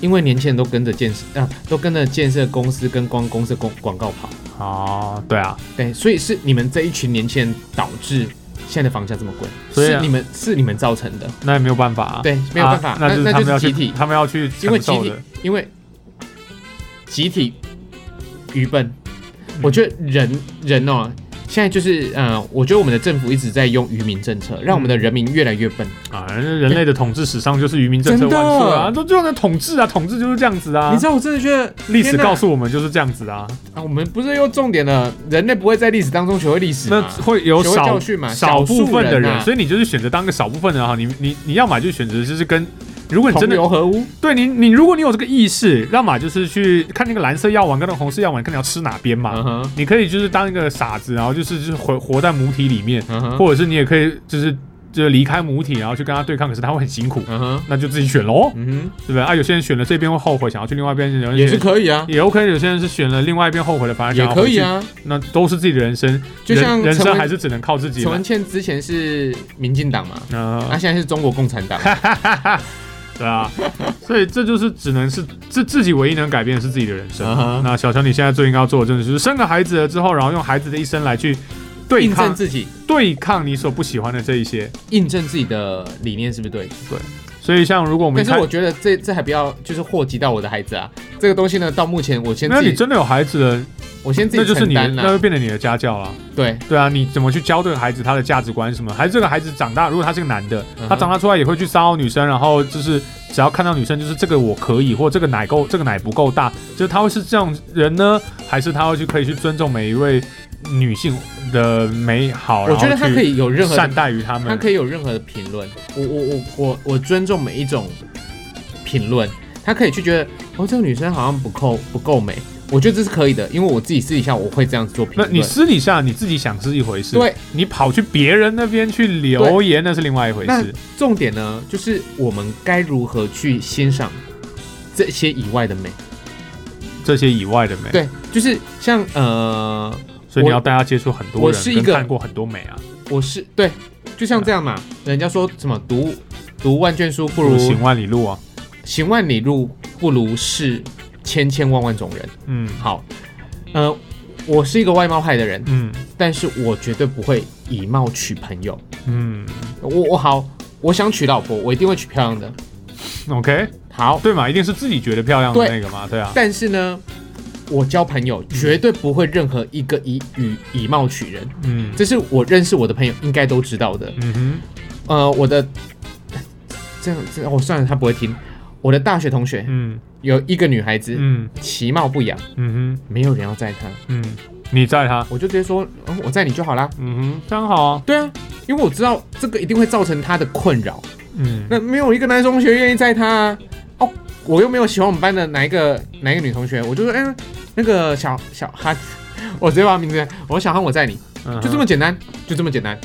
S2: 因为年轻人都跟着建设啊，都跟着建设公司跟光公司广广告跑。
S1: 哦，对啊，
S2: 对，所以是你们这一群年轻人导致现在的房价这么贵，
S1: 所以啊
S2: 是你们是你们造成的。
S1: 那也没有办法、啊，
S2: 对，没有办法，
S1: 啊
S2: 那
S1: 那就是他们
S2: 就
S1: 要
S2: 是
S1: 去，
S2: 集体，
S1: 他们要去
S2: 因为
S1: 承
S2: 集
S1: 受
S2: 体
S1: 的。，
S2: 因为集体愚笨。我觉得人人哦，现在就是呃，我觉得我们的政府一直在用愚民政策，让我们的人民越来越笨。
S1: 啊，人类的统治史上就是愚民政策
S2: 真的
S1: 万岁啊，都这样的统治啊，统治就是这样子啊
S2: 你。知道，我真的觉得
S1: 历史
S2: 天哪
S1: 告诉我们就是这样子啊，
S2: 啊，我们不是又重点了，人类不会在历史当中学会历史
S1: 那
S2: 吗？
S1: 会有
S2: 学会
S1: 少
S2: 教训嘛
S1: 少部分的
S2: 少数人
S1: 人，
S2: 啊
S1: 啊所以你就是选择当个少部分人哈，你你你要么就选择就是跟如果你真的
S2: 同流合污，
S1: 对你，你如果你有这个意识，要么就是去看那个蓝色药丸跟那个红色药丸，看你要吃哪边嘛。
S2: 嗯哼，
S1: 你可以就是当一个傻子，然后就是就是活活在母体里面，
S2: 嗯哼，
S1: 或者是你也可以就是就是离开母体，然后去跟他对抗，可是他会很辛苦，
S2: 嗯哼，
S1: 那就自己选喽，
S2: 嗯
S1: 对不对？啊，有些人选了这边会后悔，想要去另外一边，有
S2: 哼，
S1: 人
S2: 也是
S1: 选
S2: 可以啊，
S1: 也 OK，有些人是选了另外一边后悔了，反而
S2: 也
S1: 想要
S2: 可
S1: 回
S2: 以
S1: 去，
S2: 啊。
S1: 那都是自己的人生，
S2: 就像
S1: 人人
S2: 陈
S1: 生
S2: 文
S1: 还是只能靠自己
S2: 陈
S1: 嘛
S2: 文。茜之前是民进党嘛，
S1: 嗯、
S2: 她现在是中国共产党，
S1: 对啊，所以这就是只能是自自己唯一能改变的是自己的人生。
S2: 嗯哼
S1: 那小强，你现在最应该要做的，真的就是生个孩子了之后，然后用孩子的一生来去 对
S2: 印证
S1: 抗
S2: 自己，
S1: 对抗你所不喜欢的这一些。
S2: 印证自己的理念是不是对？
S1: 所以，像如果我们
S2: 但是
S1: 看
S2: 我，觉得这这还不要，就是祸及到我的孩子啊。这个东西呢，到目前我先
S1: 那
S2: 自
S1: 你
S2: 己，
S1: 真的有孩子了，
S2: 我先自
S1: 那
S2: 己
S1: 就是
S2: 承
S1: 你的，
S2: 担
S1: 那
S2: 了。
S1: 就变成你的家教了。
S2: 对，
S1: 对啊，你怎么去教这个孩子他的价值观是什么？还是这个孩子长大，如果他是个男的，
S2: 嗯哼
S1: 他长大出来也会去骚扰女生，然后就是只要看到女生，就是这个我可以，或这个奶够，这个奶不够大，就是他会是这样人呢，还是他会去可以去尊重每一位女性的美好？
S2: 我觉得
S1: 然后
S2: 他
S1: 去
S2: 可以有任何
S1: 善
S2: 的，
S1: 待于他们，
S2: 他可以有任何的评论。我我我我我尊重每一种评论，他可以去觉得，哦，这个女生好像不够不够美，我觉得这是可以的，因为我自己私底下我会这样子做评
S1: 那
S2: 论。
S1: 你私底下你自己想是一回事，
S2: 对，
S1: 你跑去别人那边去留言那是另外一回
S2: 那
S1: 事。
S2: 重点呢，就是我们该如何去欣赏这些以外的美。
S1: 这些以外的美，
S2: 对，就是像呃，
S1: 所以你
S2: 我
S1: 要带他接触很多
S2: 我
S1: 人，
S2: 是一
S1: 跟
S2: 个
S1: 看过很多美啊，
S2: 我是对，就像这样嘛，人家说什么读读万卷书
S1: 不
S2: 不如
S1: 如嗯行万里路啊，
S2: 行万里路，不如是千千万万种人。
S1: 嗯
S2: 好，呃，我是一个外貌派的人，
S1: 嗯。
S2: 但是我绝对不会以貌取朋友。
S1: 嗯
S2: 我我好，我想娶老婆，我一定会娶漂亮的。
S1: ，OK，
S2: 好，
S1: 对嘛，一定是自己觉得漂亮的
S2: 对
S1: 那个嘛，对啊，
S2: 但是呢，我交朋友绝对不会任何一个以以以貌取人，
S1: 嗯
S2: 这是我认识我的朋友应该都知道的。
S1: 嗯
S2: 呃，我的这样这样，我、算了，他不会听。我的大学同学
S1: 哼，嗯
S2: 有一个女孩子，
S1: 嗯
S2: 其貌不扬，
S1: 嗯
S2: 没有人要载她，
S1: 哼嗯，你载他，
S2: 我就直接说，哦、我载你就好啦。
S1: 嗯哼，这样好啊，
S2: 对啊，因为我知道这个一定会造成她的困扰，
S1: 嗯
S2: 那没有一个男同学愿意载她啊。哦，我又没有喜欢我们班的哪一个哪一个女同学，我就说，哎、那个小小哈， 我直接把她名字，我说小汉我载你，
S1: 嗯哼
S2: 就这么简单，就这么简单。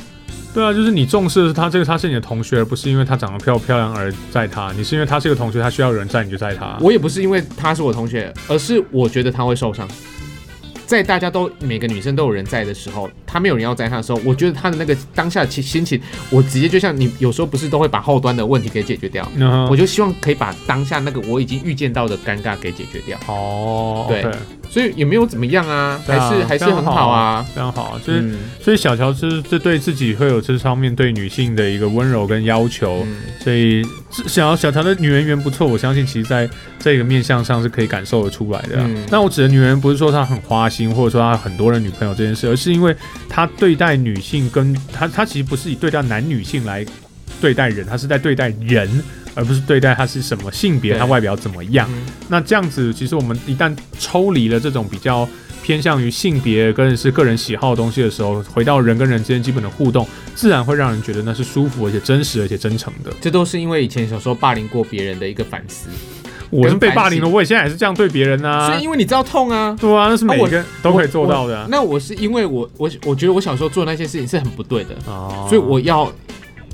S1: 对啊，就是你重视的是他这个，他是你的同学，而不是因为他长得漂不漂亮而载他，你是因为他是个同学，他需要有人载你就载他，
S2: 啊我也不是因为她是我同学，而是我觉得她会受伤。在大家都每个女生都有人在的时候，她没有人要在她的时候，我觉得她的那个当下的心心情，我直接就像你有时候不是都会把后端的问题给解决掉，
S1: 嗯哼
S2: 我就希望可以把当下那个我已经预见到的尴尬给解决掉，
S1: 哦，
S2: 对
S1: OK，
S2: 所以也没有怎么样啊，
S1: 对
S2: 还
S1: 啊
S2: 是还是很好啊。
S1: 这样好，就是。
S2: 嗯，
S1: 所以小乔是这对自己会有这方面对女性的一个温柔跟要求，
S2: 嗯
S1: 所以这想要小乔的女人缘不错，我相信其实在这个面相上是可以感受得出来的啊、
S2: 嗯
S1: 那我指的女人不是说她很花心，或者说她很多人女朋友这件事，而是因为她对待女性跟她她其实不是以对待男女性来对待人，她是在对待人，而不是对待她是什么性别，
S2: 对
S1: 她外表怎么样。
S2: 嗯
S1: 那这样子，其实我们一旦抽离了这种比较偏向于性别跟是个人喜好的东西的时候，回到人跟人之间基本的互动，自然会让人觉得那是舒服，而且真实，而且真诚的。
S2: 这都是因为以前小时候霸凌过别人的一个反思，
S1: 我是被
S2: 跟
S1: 霸
S2: 反
S1: 凌
S2: 省
S1: 了，我也现在也是这样对别人
S2: 所
S1: 啊
S2: 以。因为你知道痛啊，
S1: 对啊，那是每
S2: 啊我
S1: 个人都可以做到的啊。
S2: 那我是因为我我我觉得我小时候做那些事情是很不对的，
S1: 哦
S2: 嗯所以我要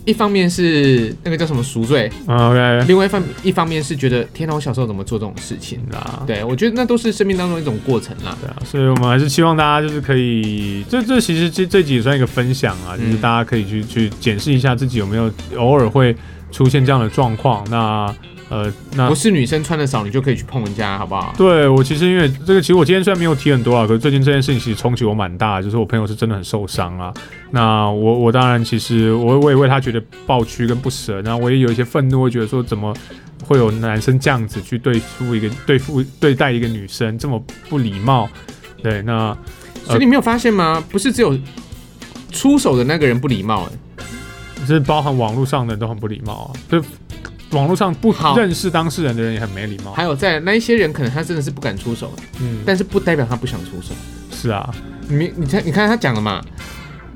S2: 一方面是那个叫什么赎罪，
S1: 啊 OK
S2: 另外一方一方面是觉得天哪，我小时候怎么做这种事情？
S1: 啊，
S2: 对我觉得那都是生命当中一种过程啦。
S1: 对啊，所以我们还是希望大家就是可以，这这其实这这集也算一个分享啊，就是
S2: 嗯
S1: 大家可以去去检视一下自己有没有偶尔会出现这样的状况。那呃，那
S2: 不是女生穿的少，你就可以去碰人家，好不好？
S1: 对我其实因为这个，其实我今天虽然没有提很多啊，可是最近这件事情其实冲击我蛮大的，就是我朋友是真的很受伤啊。那我我当然其实我我也为他觉得抱屈跟不舍，然后我也有一些愤怒，会啊觉得说怎么会有男生这样子去对付一个对付对待一个女生这么不礼貌？对，那
S2: 所以你没有发现吗？不是只有出手的那个人不礼貌、欸，
S1: 就是包含网络上的人都很不礼貌啊，就网络上不
S2: 好
S1: 认识当事人的人也很没礼貌啊
S2: 还。有在那一些人，可能他真的是不敢出手，
S1: 嗯，
S2: 但是不代表他不想出手。
S1: 是啊，
S2: 你你看，你看他讲了嘛，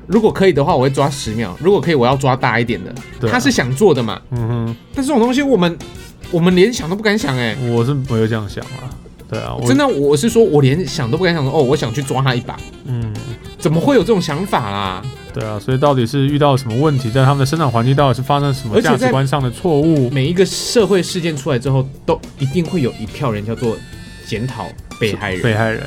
S2: 如果可以的话，我会抓十秒；如果可以，我要抓大一点的。
S1: 对啊
S2: 他是想做的嘛，
S1: 嗯
S2: 但这种东西我们我们连想都不敢想哎、
S1: 哼，我是没有这样想啊，对啊，我
S2: 真的，我是说，我连想都不敢想说，哦，我想去抓他一把，
S1: 嗯，
S2: 怎么会有这种想法啦？
S1: 对啊，所以到底是遇到什么问题，在他们的生长环境到底是发生什么
S2: 而且
S1: 价值
S2: 在
S1: 观上的错误？
S2: 每一个社会事件出来之后，都一定会有一票人叫做检讨被害人，
S1: 被害人。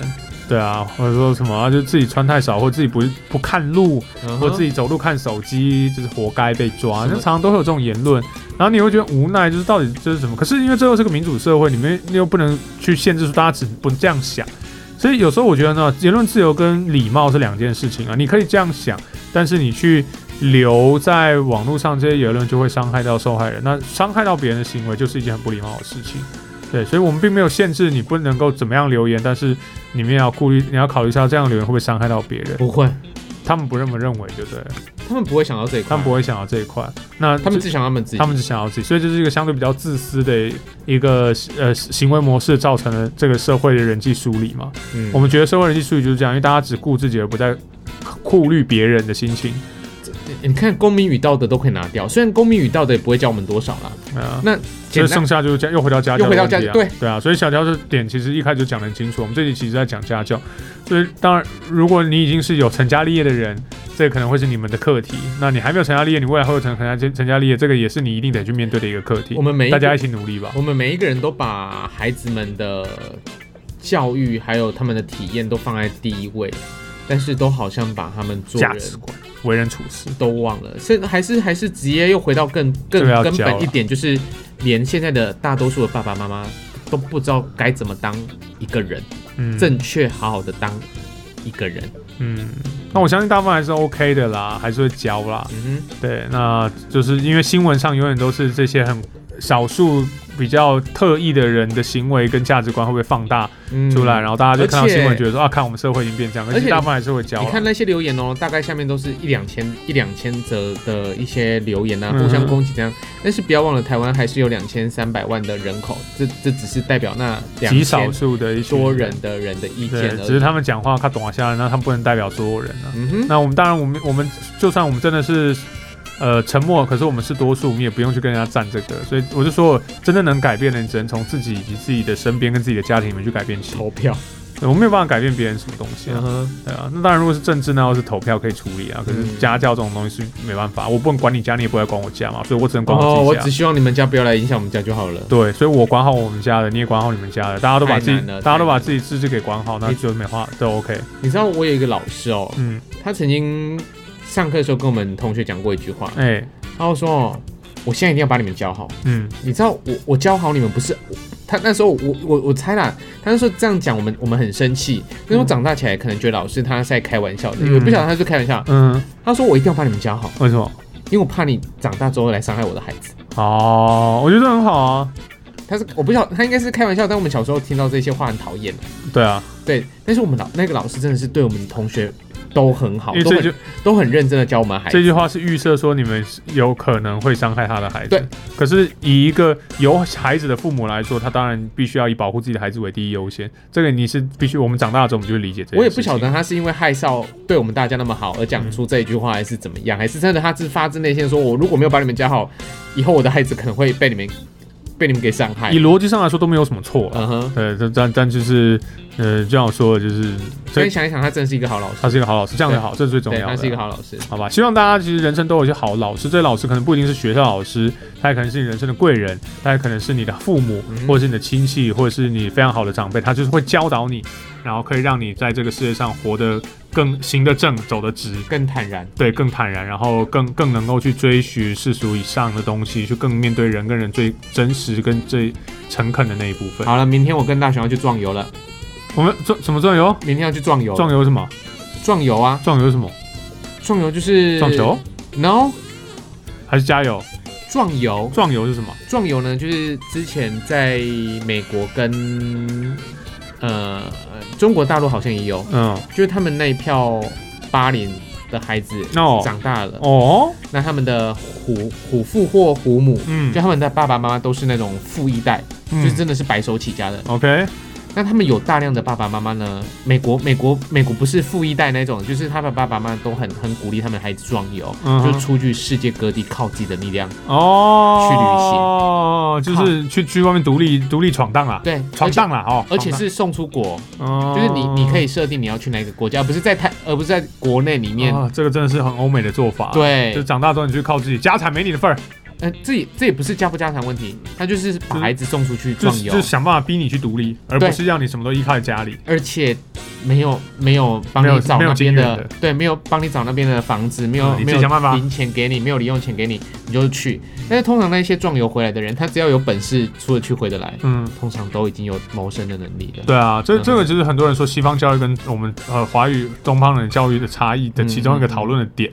S1: 对啊，或者说什么、啊、就自己穿太少，或自己不不看路，
S2: 嗯哼
S1: 或自己走路看手机，就是活该被抓。
S2: 是
S1: 那
S2: 的
S1: 常常都会有这种言论，然后你会觉得无奈，就是到底这是什么？可是因为这又是个民主社会，你们又不能去限制住大家只不这样想。所以有时候我觉得呢，言论自由跟礼貌是两件事情啊。你可以这样想，但是你去留在网络上这些言论，就会伤害到受害人。那伤害到别人的行为，就是一件很不礼貌的事情。对，所以我们并没有限制你不能够怎么样留言，但是你们也要顾虑，你要考虑一下这样留言会不会伤害到别人。
S2: 不会，
S1: 他们不这么认为，对不对了？
S2: 他们不会想到这一块，
S1: 他们不会想到这一块，那
S2: 他们
S1: 这
S2: 只想他们自己，
S1: 他们只想到自己，所以这是一个相对比较自私的一个呃行为模式造成的这个社会的人际疏离嘛。
S2: 嗯
S1: 我们觉得社会人际疏离就是这样，因为大家只顾自己而不再顾虑别人的心情
S2: 你看公民与道德都可以拿掉，虽然公民与道德也不会教我们多少啦，
S1: 啊。
S2: 嗯那
S1: 所
S2: 简
S1: 以
S2: 单
S1: 剩下就是家，又回到家教、
S2: 又回到家
S1: 教，
S2: 对
S1: 对啊，所以小教这点其实一开始就讲得很清楚。我们这里其实在讲家教，所以当然，如果你已经是有成家立业的人，这可能会是你们的课题。那你还没有成家立业，你未来会有成成家成家立业，这个也是你一定得去面对的一个课题。
S2: 我们每一个
S1: 大家一起努力吧。
S2: 我们每一个人都把孩子们的教育还有他们的体验都放在第一位，但是都好像把他们做
S1: 价
S2: 人
S1: 值观、为人处事，
S2: 都忘了，甚至还是还是直接又回到更更
S1: 这个要
S2: 根
S1: 教
S2: 本
S1: 了
S2: 一点，就是连现在的大多数的爸爸妈妈都不知道该怎么当一个人，
S1: 嗯，
S2: 正确好好的当一个人。
S1: 嗯。那我相信大部分还是 OK 的啦，还是会教啦。
S2: 嗯哼，
S1: 对，那就是因为新闻上永远都是这些很少数比较特异的人的行为跟价值观会不会放大
S2: 嗯
S1: 出来，然后大家就看到
S2: 而且
S1: 新闻，觉得说啊，看我们社会已经变这样，可
S2: 而
S1: 是
S2: 且
S1: 大部分还是会教
S2: 你看
S1: 啦。
S2: 那些留言哦，大概下面都是一两千一两千则的一些留言啊，
S1: 嗯
S2: 互相攻击这样。但是不要忘了，台湾还是有两千三百万的人口，这这只是代表那两
S1: 极少
S2: 千
S1: 数的一群
S2: 多人，的人的意
S1: 对
S2: 见，
S1: 只是
S2: 而已。
S1: 他们讲话他懂啊下来，那他们不能代表所有人啊。
S2: 嗯哼，
S1: 那我们当然，我们我们就算我们真的是呃沉默，可是我们是多数，我们也不用去跟人家站这个。所以我就说，真的能改变的，你只能从自己以及自己的身边跟自己的家庭里面去改变起。
S2: 投票。
S1: 我没有办法改变别人什么东西啊
S2: 嗯，哼，
S1: 对啊。那当然，如果是政治，那要是投票可以处理啊。可是
S2: 嗯
S1: 家教这种东西是没办法，我不能管你家，你也不会管我家嘛，所以我只能管
S2: 哦，
S1: 我
S2: 我
S1: 自己
S2: 只
S1: 家。
S2: 希望你们家不要来影响我们家就好了。
S1: 对，所以我管好我们家的，你也管好你们家的，大家都把自己
S2: 太难啊了，
S1: 大家都把自己自己给管好，那就没话，都 OK。
S2: 你知道我有一个老师哦，
S1: 嗯，
S2: 他曾经上课的时候跟我们同学讲过一句话，
S1: 哎、
S2: 他就说哦，我现在一定要把你们教好。
S1: 嗯，
S2: 你知道我我教好你们不是我他那时候我我我猜啦，他那时候这样讲我们我们很生气，但是我长大起来可能觉得老师他是在开玩笑的，
S1: 嗯
S2: 我不晓得他是开玩笑。
S1: 嗯，
S2: 他说我一定要把你们教好，
S1: 为什么？
S2: 因为我怕你长大之后来伤害我的孩子。
S1: 哦，我觉得很好啊。
S2: 他是我不晓他应该是开玩笑，但我们小时候听到这些话很讨厌。
S1: 对啊，
S2: 对，但是我们老那个老师真的是对我们同学都很好，
S1: 因为
S2: 都
S1: 这
S2: 很
S1: 句
S2: 都很认真的教我们孩
S1: 这
S2: 子。
S1: 句话是预设说你们有可能会伤害他的孩子。
S2: 对。
S1: 可是以一个有孩子的父母来说，他当然必须要以保护自己的孩子为第一优先。这个你是必须，我们长大之后我们就会理解这件
S2: 我也不
S1: 事情嗯
S2: 晓得他是因为害臊对我们大家那么好而讲出这一句话，还是怎么样，还是真的他是发自内心地说，我如果没有把你们教好，以后我的孩子可能会被你们被你们给伤害
S1: 以。逻辑上来说都没有什么错了。
S2: 嗯哼，
S1: 对，但但但就是，呃，就像我说的，就是，所
S2: 所
S1: 以
S2: 以想一想，他真的是一个好老
S1: 他
S2: 师，
S1: 是一个好老师，这样就
S2: 对
S1: 好，这是最重
S2: 对，
S1: 要的。
S2: 他是一个好老师。
S1: 好吧，希望大家其实人生都有一些好老师，这些老师可能不一定是学校老师，他也可能是你人生的贵人，他也可能是你的父母，
S2: 嗯
S1: 或者是你的亲戚，或者是你非常好的长辈，他就是会教导你，然后可以让你在这个世界上活得更行得正，走得直，
S2: 更坦然，
S1: 对，更坦然，然后更更能够去追寻世俗以上的东西，去更面对人跟人最真实跟最诚恳的那一部分。
S2: 好了，明天我跟大雄要去壮游了，
S1: 我们壮什么壮游？
S2: 明天要去壮游，
S1: 壮游是什么？
S2: 壮游啊，
S1: 壮游是什么？
S2: 壮游就是
S1: 撞球
S2: ，no，
S1: 还是加油？
S2: 壮游，
S1: 壮游是什么？
S2: 壮游呢，就是之前在美国跟呃中国大陆好像也有，
S1: 嗯，
S2: 就是他们那一票八零的孩子
S1: 哦
S2: 长大了，
S1: 哦，
S2: 那他们的虎虎父或虎母，
S1: 嗯
S2: 就他们的爸爸妈妈都是那种富一代，
S1: 嗯
S2: 就是真的是白手起家的。
S1: ，OK，
S2: 那他们有大量的爸爸妈妈呢，美国美国美国不是富一代那种，就是他们爸爸妈妈都很很鼓励他们孩子壮游，
S1: 嗯哼
S2: 就出去世界各地靠自己的力量。
S1: 哦，去旅行，就是去去外面独立独立闯荡啦，啊
S2: 对，
S1: 闯荡啦哦，
S2: 而且，而且
S1: 闯
S2: 是送出国，
S1: 荡哦
S2: 就是你你可以设定你要去哪个国家，而不是在台，而不是在国内里面。
S1: 哦，这个真的是很欧美的做法，，就
S2: 对，
S1: 长大之后你去靠自己，家产没你的份儿，
S2: 呃，这也这也不是家不家常问题，他就是把孩子送出去
S1: 就
S2: 壮
S1: 是
S2: 游
S1: 就是，想办法逼你去独立，而
S2: 对
S1: 不是让你什么都依靠在家里。
S2: 而且没有没有帮
S1: 没
S2: 你
S1: 有
S2: 找
S1: 没有
S2: 那边
S1: 经验
S2: 的
S1: 的，
S2: 对，没有帮你找那边的房子，没有
S1: 嗯你自己
S2: 没有
S1: 想办法
S2: 零钱给你，没有零用钱给你，你就去。但是通常那些壮游回来的人，他只要有本事出得去回得来，
S1: 嗯，
S2: 通常都已经有谋生的能力了。
S1: 对啊，这
S2: 嗯
S1: 这个就是很多人说西方教育跟我们呃华语东方人教育的差异
S2: 嗯
S1: 的其中一个讨论的点，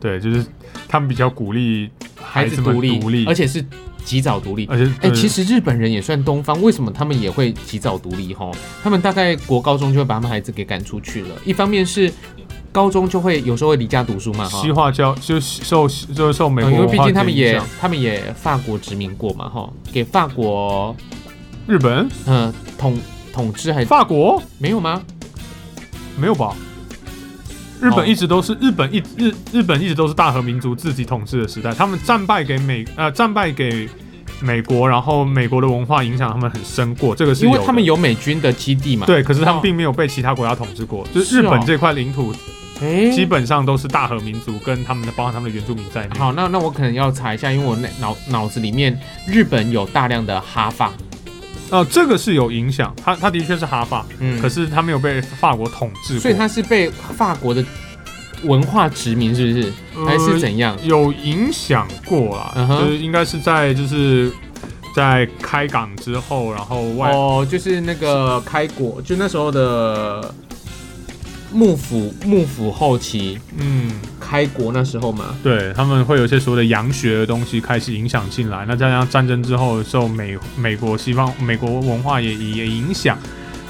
S1: 对，就是他们比较鼓励
S2: 孩
S1: 孩
S2: 子
S1: 子们
S2: 独立，
S1: 独立，
S2: 而且是及早独立。
S1: 而且
S2: 哎、
S1: 对
S2: 其实日本人也算东方，为什么他们也会及早独立？吼，他们大概国高中就会把他们孩子给赶出去了。一方面是高中就会有时候会离家读书嘛，啊哈
S1: 西，化教就是受就是受美
S2: 呃
S1: 国
S2: 因为
S1: 文
S2: 毕
S1: 化的
S2: 竟他们
S1: 影
S2: 也
S1: 响
S2: 他们也法国殖民过嘛，哈，给法国
S1: 日本、
S2: 呃统统治还
S1: 法国
S2: 没有吗？
S1: 没有吧？日
S2: 哦
S1: 本一直都是日本一日日本一直都是大和民族自己统治的时代，他们战败给美呃战败给美国，然后美国的文化影响他们很深过，这个是
S2: 因为
S1: 有
S2: 他们
S1: 的
S2: 有美军的基地嘛。，
S1: 对，可是他
S2: 哦
S1: 们并没有被其他国家统治过，就是
S2: 是
S1: 日
S2: 哦
S1: 本这块领土
S2: 哎、
S1: 基本上都是大和民族跟他们的，包含他们的原住民在内。
S2: 好，那那我可能要查一下，因为我那脑脑子里面日本有大量的哈法，
S1: 呃，这个是有影响，他他的确是哈法，
S2: 嗯
S1: 可是他没有被法国统治过，
S2: 所以他是被法国的文化殖民，是不是？
S1: 呃
S2: 还是怎样？
S1: 有影响过啦，
S2: 嗯哼
S1: 就是应该是在就是在开港之后，然后外、
S2: 哦，就是那个开国，就那时候的幕府，幕府后期
S1: 嗯，
S2: 开国那时候嘛。
S1: 对他们会有一些所谓的洋学的东西开始影响进来，那再加上战争之后受美美国西方美国文化也也影响，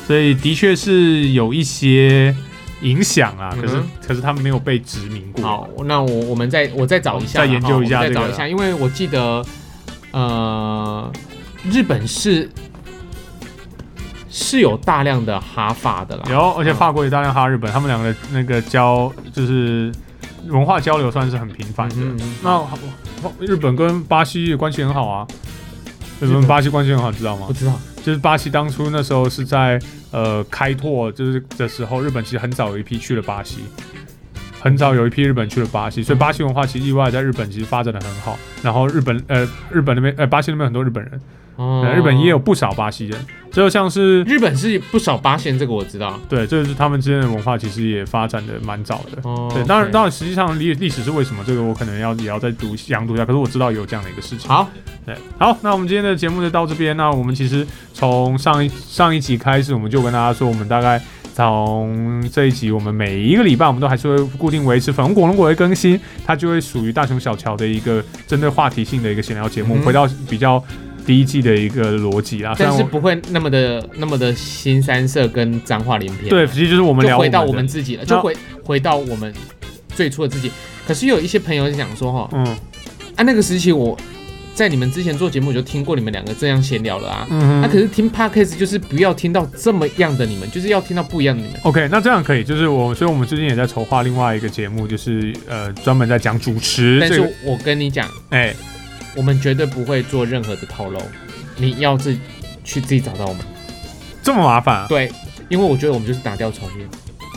S1: 所以的确是有一些影响啊。可是
S2: 嗯
S1: 可是他们没有被殖民过，
S2: 好，那我我们再我再找一下啦，
S1: 再研究一下
S2: 哈我
S1: 这
S2: 再
S1: 个
S2: 找一下，因为我记得，呃，日本是是有大量的哈法的啦。
S1: 有而且法国也大量哈日本，他们两个的那个交就是文化交流算是很频繁的。
S2: 嗯嗯嗯
S1: 那日本跟巴西关系很好啊，日本
S2: 日本
S1: 跟巴西关系很好，知道吗
S2: 不？知道，
S1: 就是巴西当初那时候是在呃开拓就是的时候，日本其实很早有一批去了巴西，很早有一批日本去了巴西，所以巴西文化其实意外在日本其实发展的很好。然后日本呃日本那边呃巴西那边很多日本人，
S2: 哦
S1: 呃日本也有不少巴西人，就像是
S2: 日本是不少八仙，这个我知道。
S1: 对，这就是他们之间的文化其实也发展的蛮早的。
S2: 哦，
S1: 对，当然，
S2: OK
S1: 当然，实际上历历史是为什么，这个我可能要也要再读详读一下。可是我知道有这样的一个事情。
S2: 好，
S1: 对，好，那我们今天的节目就到这边。那我们其实从上一上一集开始，我们就跟大家说，我们大概从这一集，我们每一个礼拜我们都还是会固定维持粉红果龙果会更新，它就会属于大熊小乔的一个针对话题性的一个闲聊节目，
S2: 嗯哼
S1: 回到比较第一季的一个逻辑啦。虽然
S2: 但
S1: 我
S2: 是不会那么的那么的新三色跟脏话连篇。啊
S1: 对，，其实就是我们聊
S2: 就回到我
S1: 我
S2: 们
S1: 的
S2: 自己了，就
S1: 那
S2: 回回到我们最初的自己。可是有一些朋友就想说哈，
S1: 嗯
S2: 啊，那个时期我在你们之前做节目，我就听过你们两个这样闲聊了啊。
S1: 嗯哼
S2: 那、可是听 podcast 就是不要听到这么样的你们，就是要听到不一样的你们。
S1: OK，那这样可以，就是我，所以我们最近也在筹划另外一个节目，就是呃，专门在讲主持
S2: 但
S1: 这
S2: 是
S1: 个，
S2: 我跟你讲，
S1: 哎、
S2: 我们绝对不会做任何的透露，你要自去自己找到我们。
S1: 啊这么麻烦、啊。
S2: 对，因为我觉得我们就是打掉重练。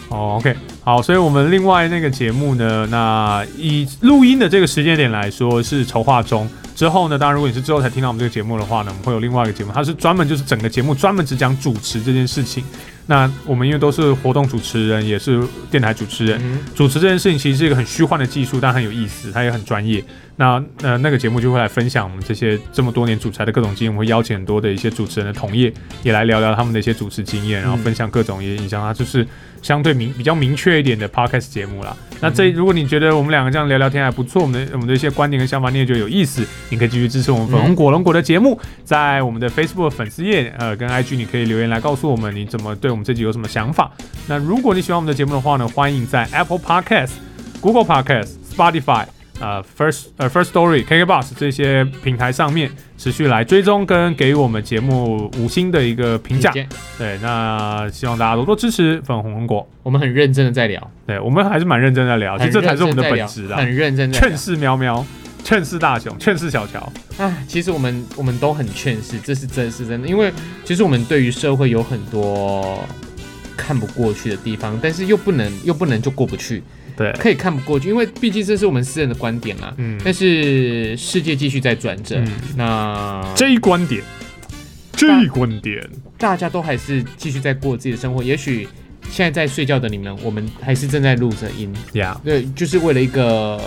S1: 哦，OK，好，所以我们另外那个节目呢，那以录音的这个时间点来说是筹划中。之后呢，当然如果你是之后才听到我们这个节目的话呢，我们会有另外一个节目，它是专门就是整个节目专门只讲主持这件事情。那我们因为都是活动主持人，也是电台主持人，
S2: 嗯，
S1: 主持这件事情其实是一个很虚幻的技术，但很有意思，它也很专业。那呃，那个节目就会来分享我们这些这么多年主持的各种经验，我们会邀请很多的一些主持人的同业也来聊聊他们的一些主持经验，然后分享各种也影响它就是相对明比较明确一点的 podcast 节目啦。那这如果你觉得我们两个这样聊聊天还不错，我们的我们的一些观点跟想法你也觉得有意思，你可以继续支持我们粉
S2: 嗯
S1: 红果龙果的节目，在我们的 Facebook 粉丝页呃跟 IG 你可以留言来告诉我们你怎么对我们这集有什么想法。那如果你喜欢我们的节目的话呢，欢迎在 Apple Podcast、Google Podcast、Spotify。呃 First 呃 First Story、KKBox 这些平台上面持续来追踪跟给予我们节目五星的一个评价。
S2: 见
S1: 对，那希望大家多多支持粉红果。
S2: 我们很认真的在聊，
S1: 对我们还是蛮认真的聊，其
S2: 很
S1: 实这才
S2: 认
S1: 是我们的
S2: 真在
S1: 本
S2: 聊
S1: 质啊。
S2: 很认真在
S1: 劝
S2: 聊。
S1: 世喵喵，劝世大雄，劝世小乔，
S2: 唉，啊其实我们我们都很劝世，这是真是真的，因为其实我们对于社会有很多看不过去的地方，但是又不能又不能就过不去，
S1: 对，
S2: 可以看不过去，因为毕竟这是我们私人的观点啦。
S1: 嗯，
S2: 但是世界继续在转着，
S1: 嗯
S2: 那
S1: 这一观点，这一观点，
S2: 大家都还是继续在过自己的生活。也许现在在睡觉的你们，我们还是正在录着音，
S1: 呀，
S2: 对，就是为了一个，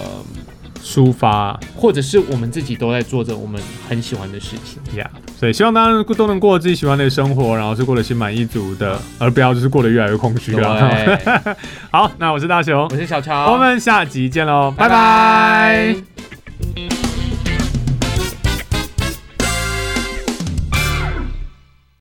S1: 抒发
S2: 或者是我们自己都在做着我们很喜欢的事情。
S1: 呀，所以希望大家都能过自己喜欢的生活，然后是过得心满意足的，而不要就是过得越来越空虚了。
S2: 对，
S1: 好，那我是大雄
S2: 我，是小乔，
S1: 我们下集见喽，拜
S2: 拜
S1: 拜
S2: 拜。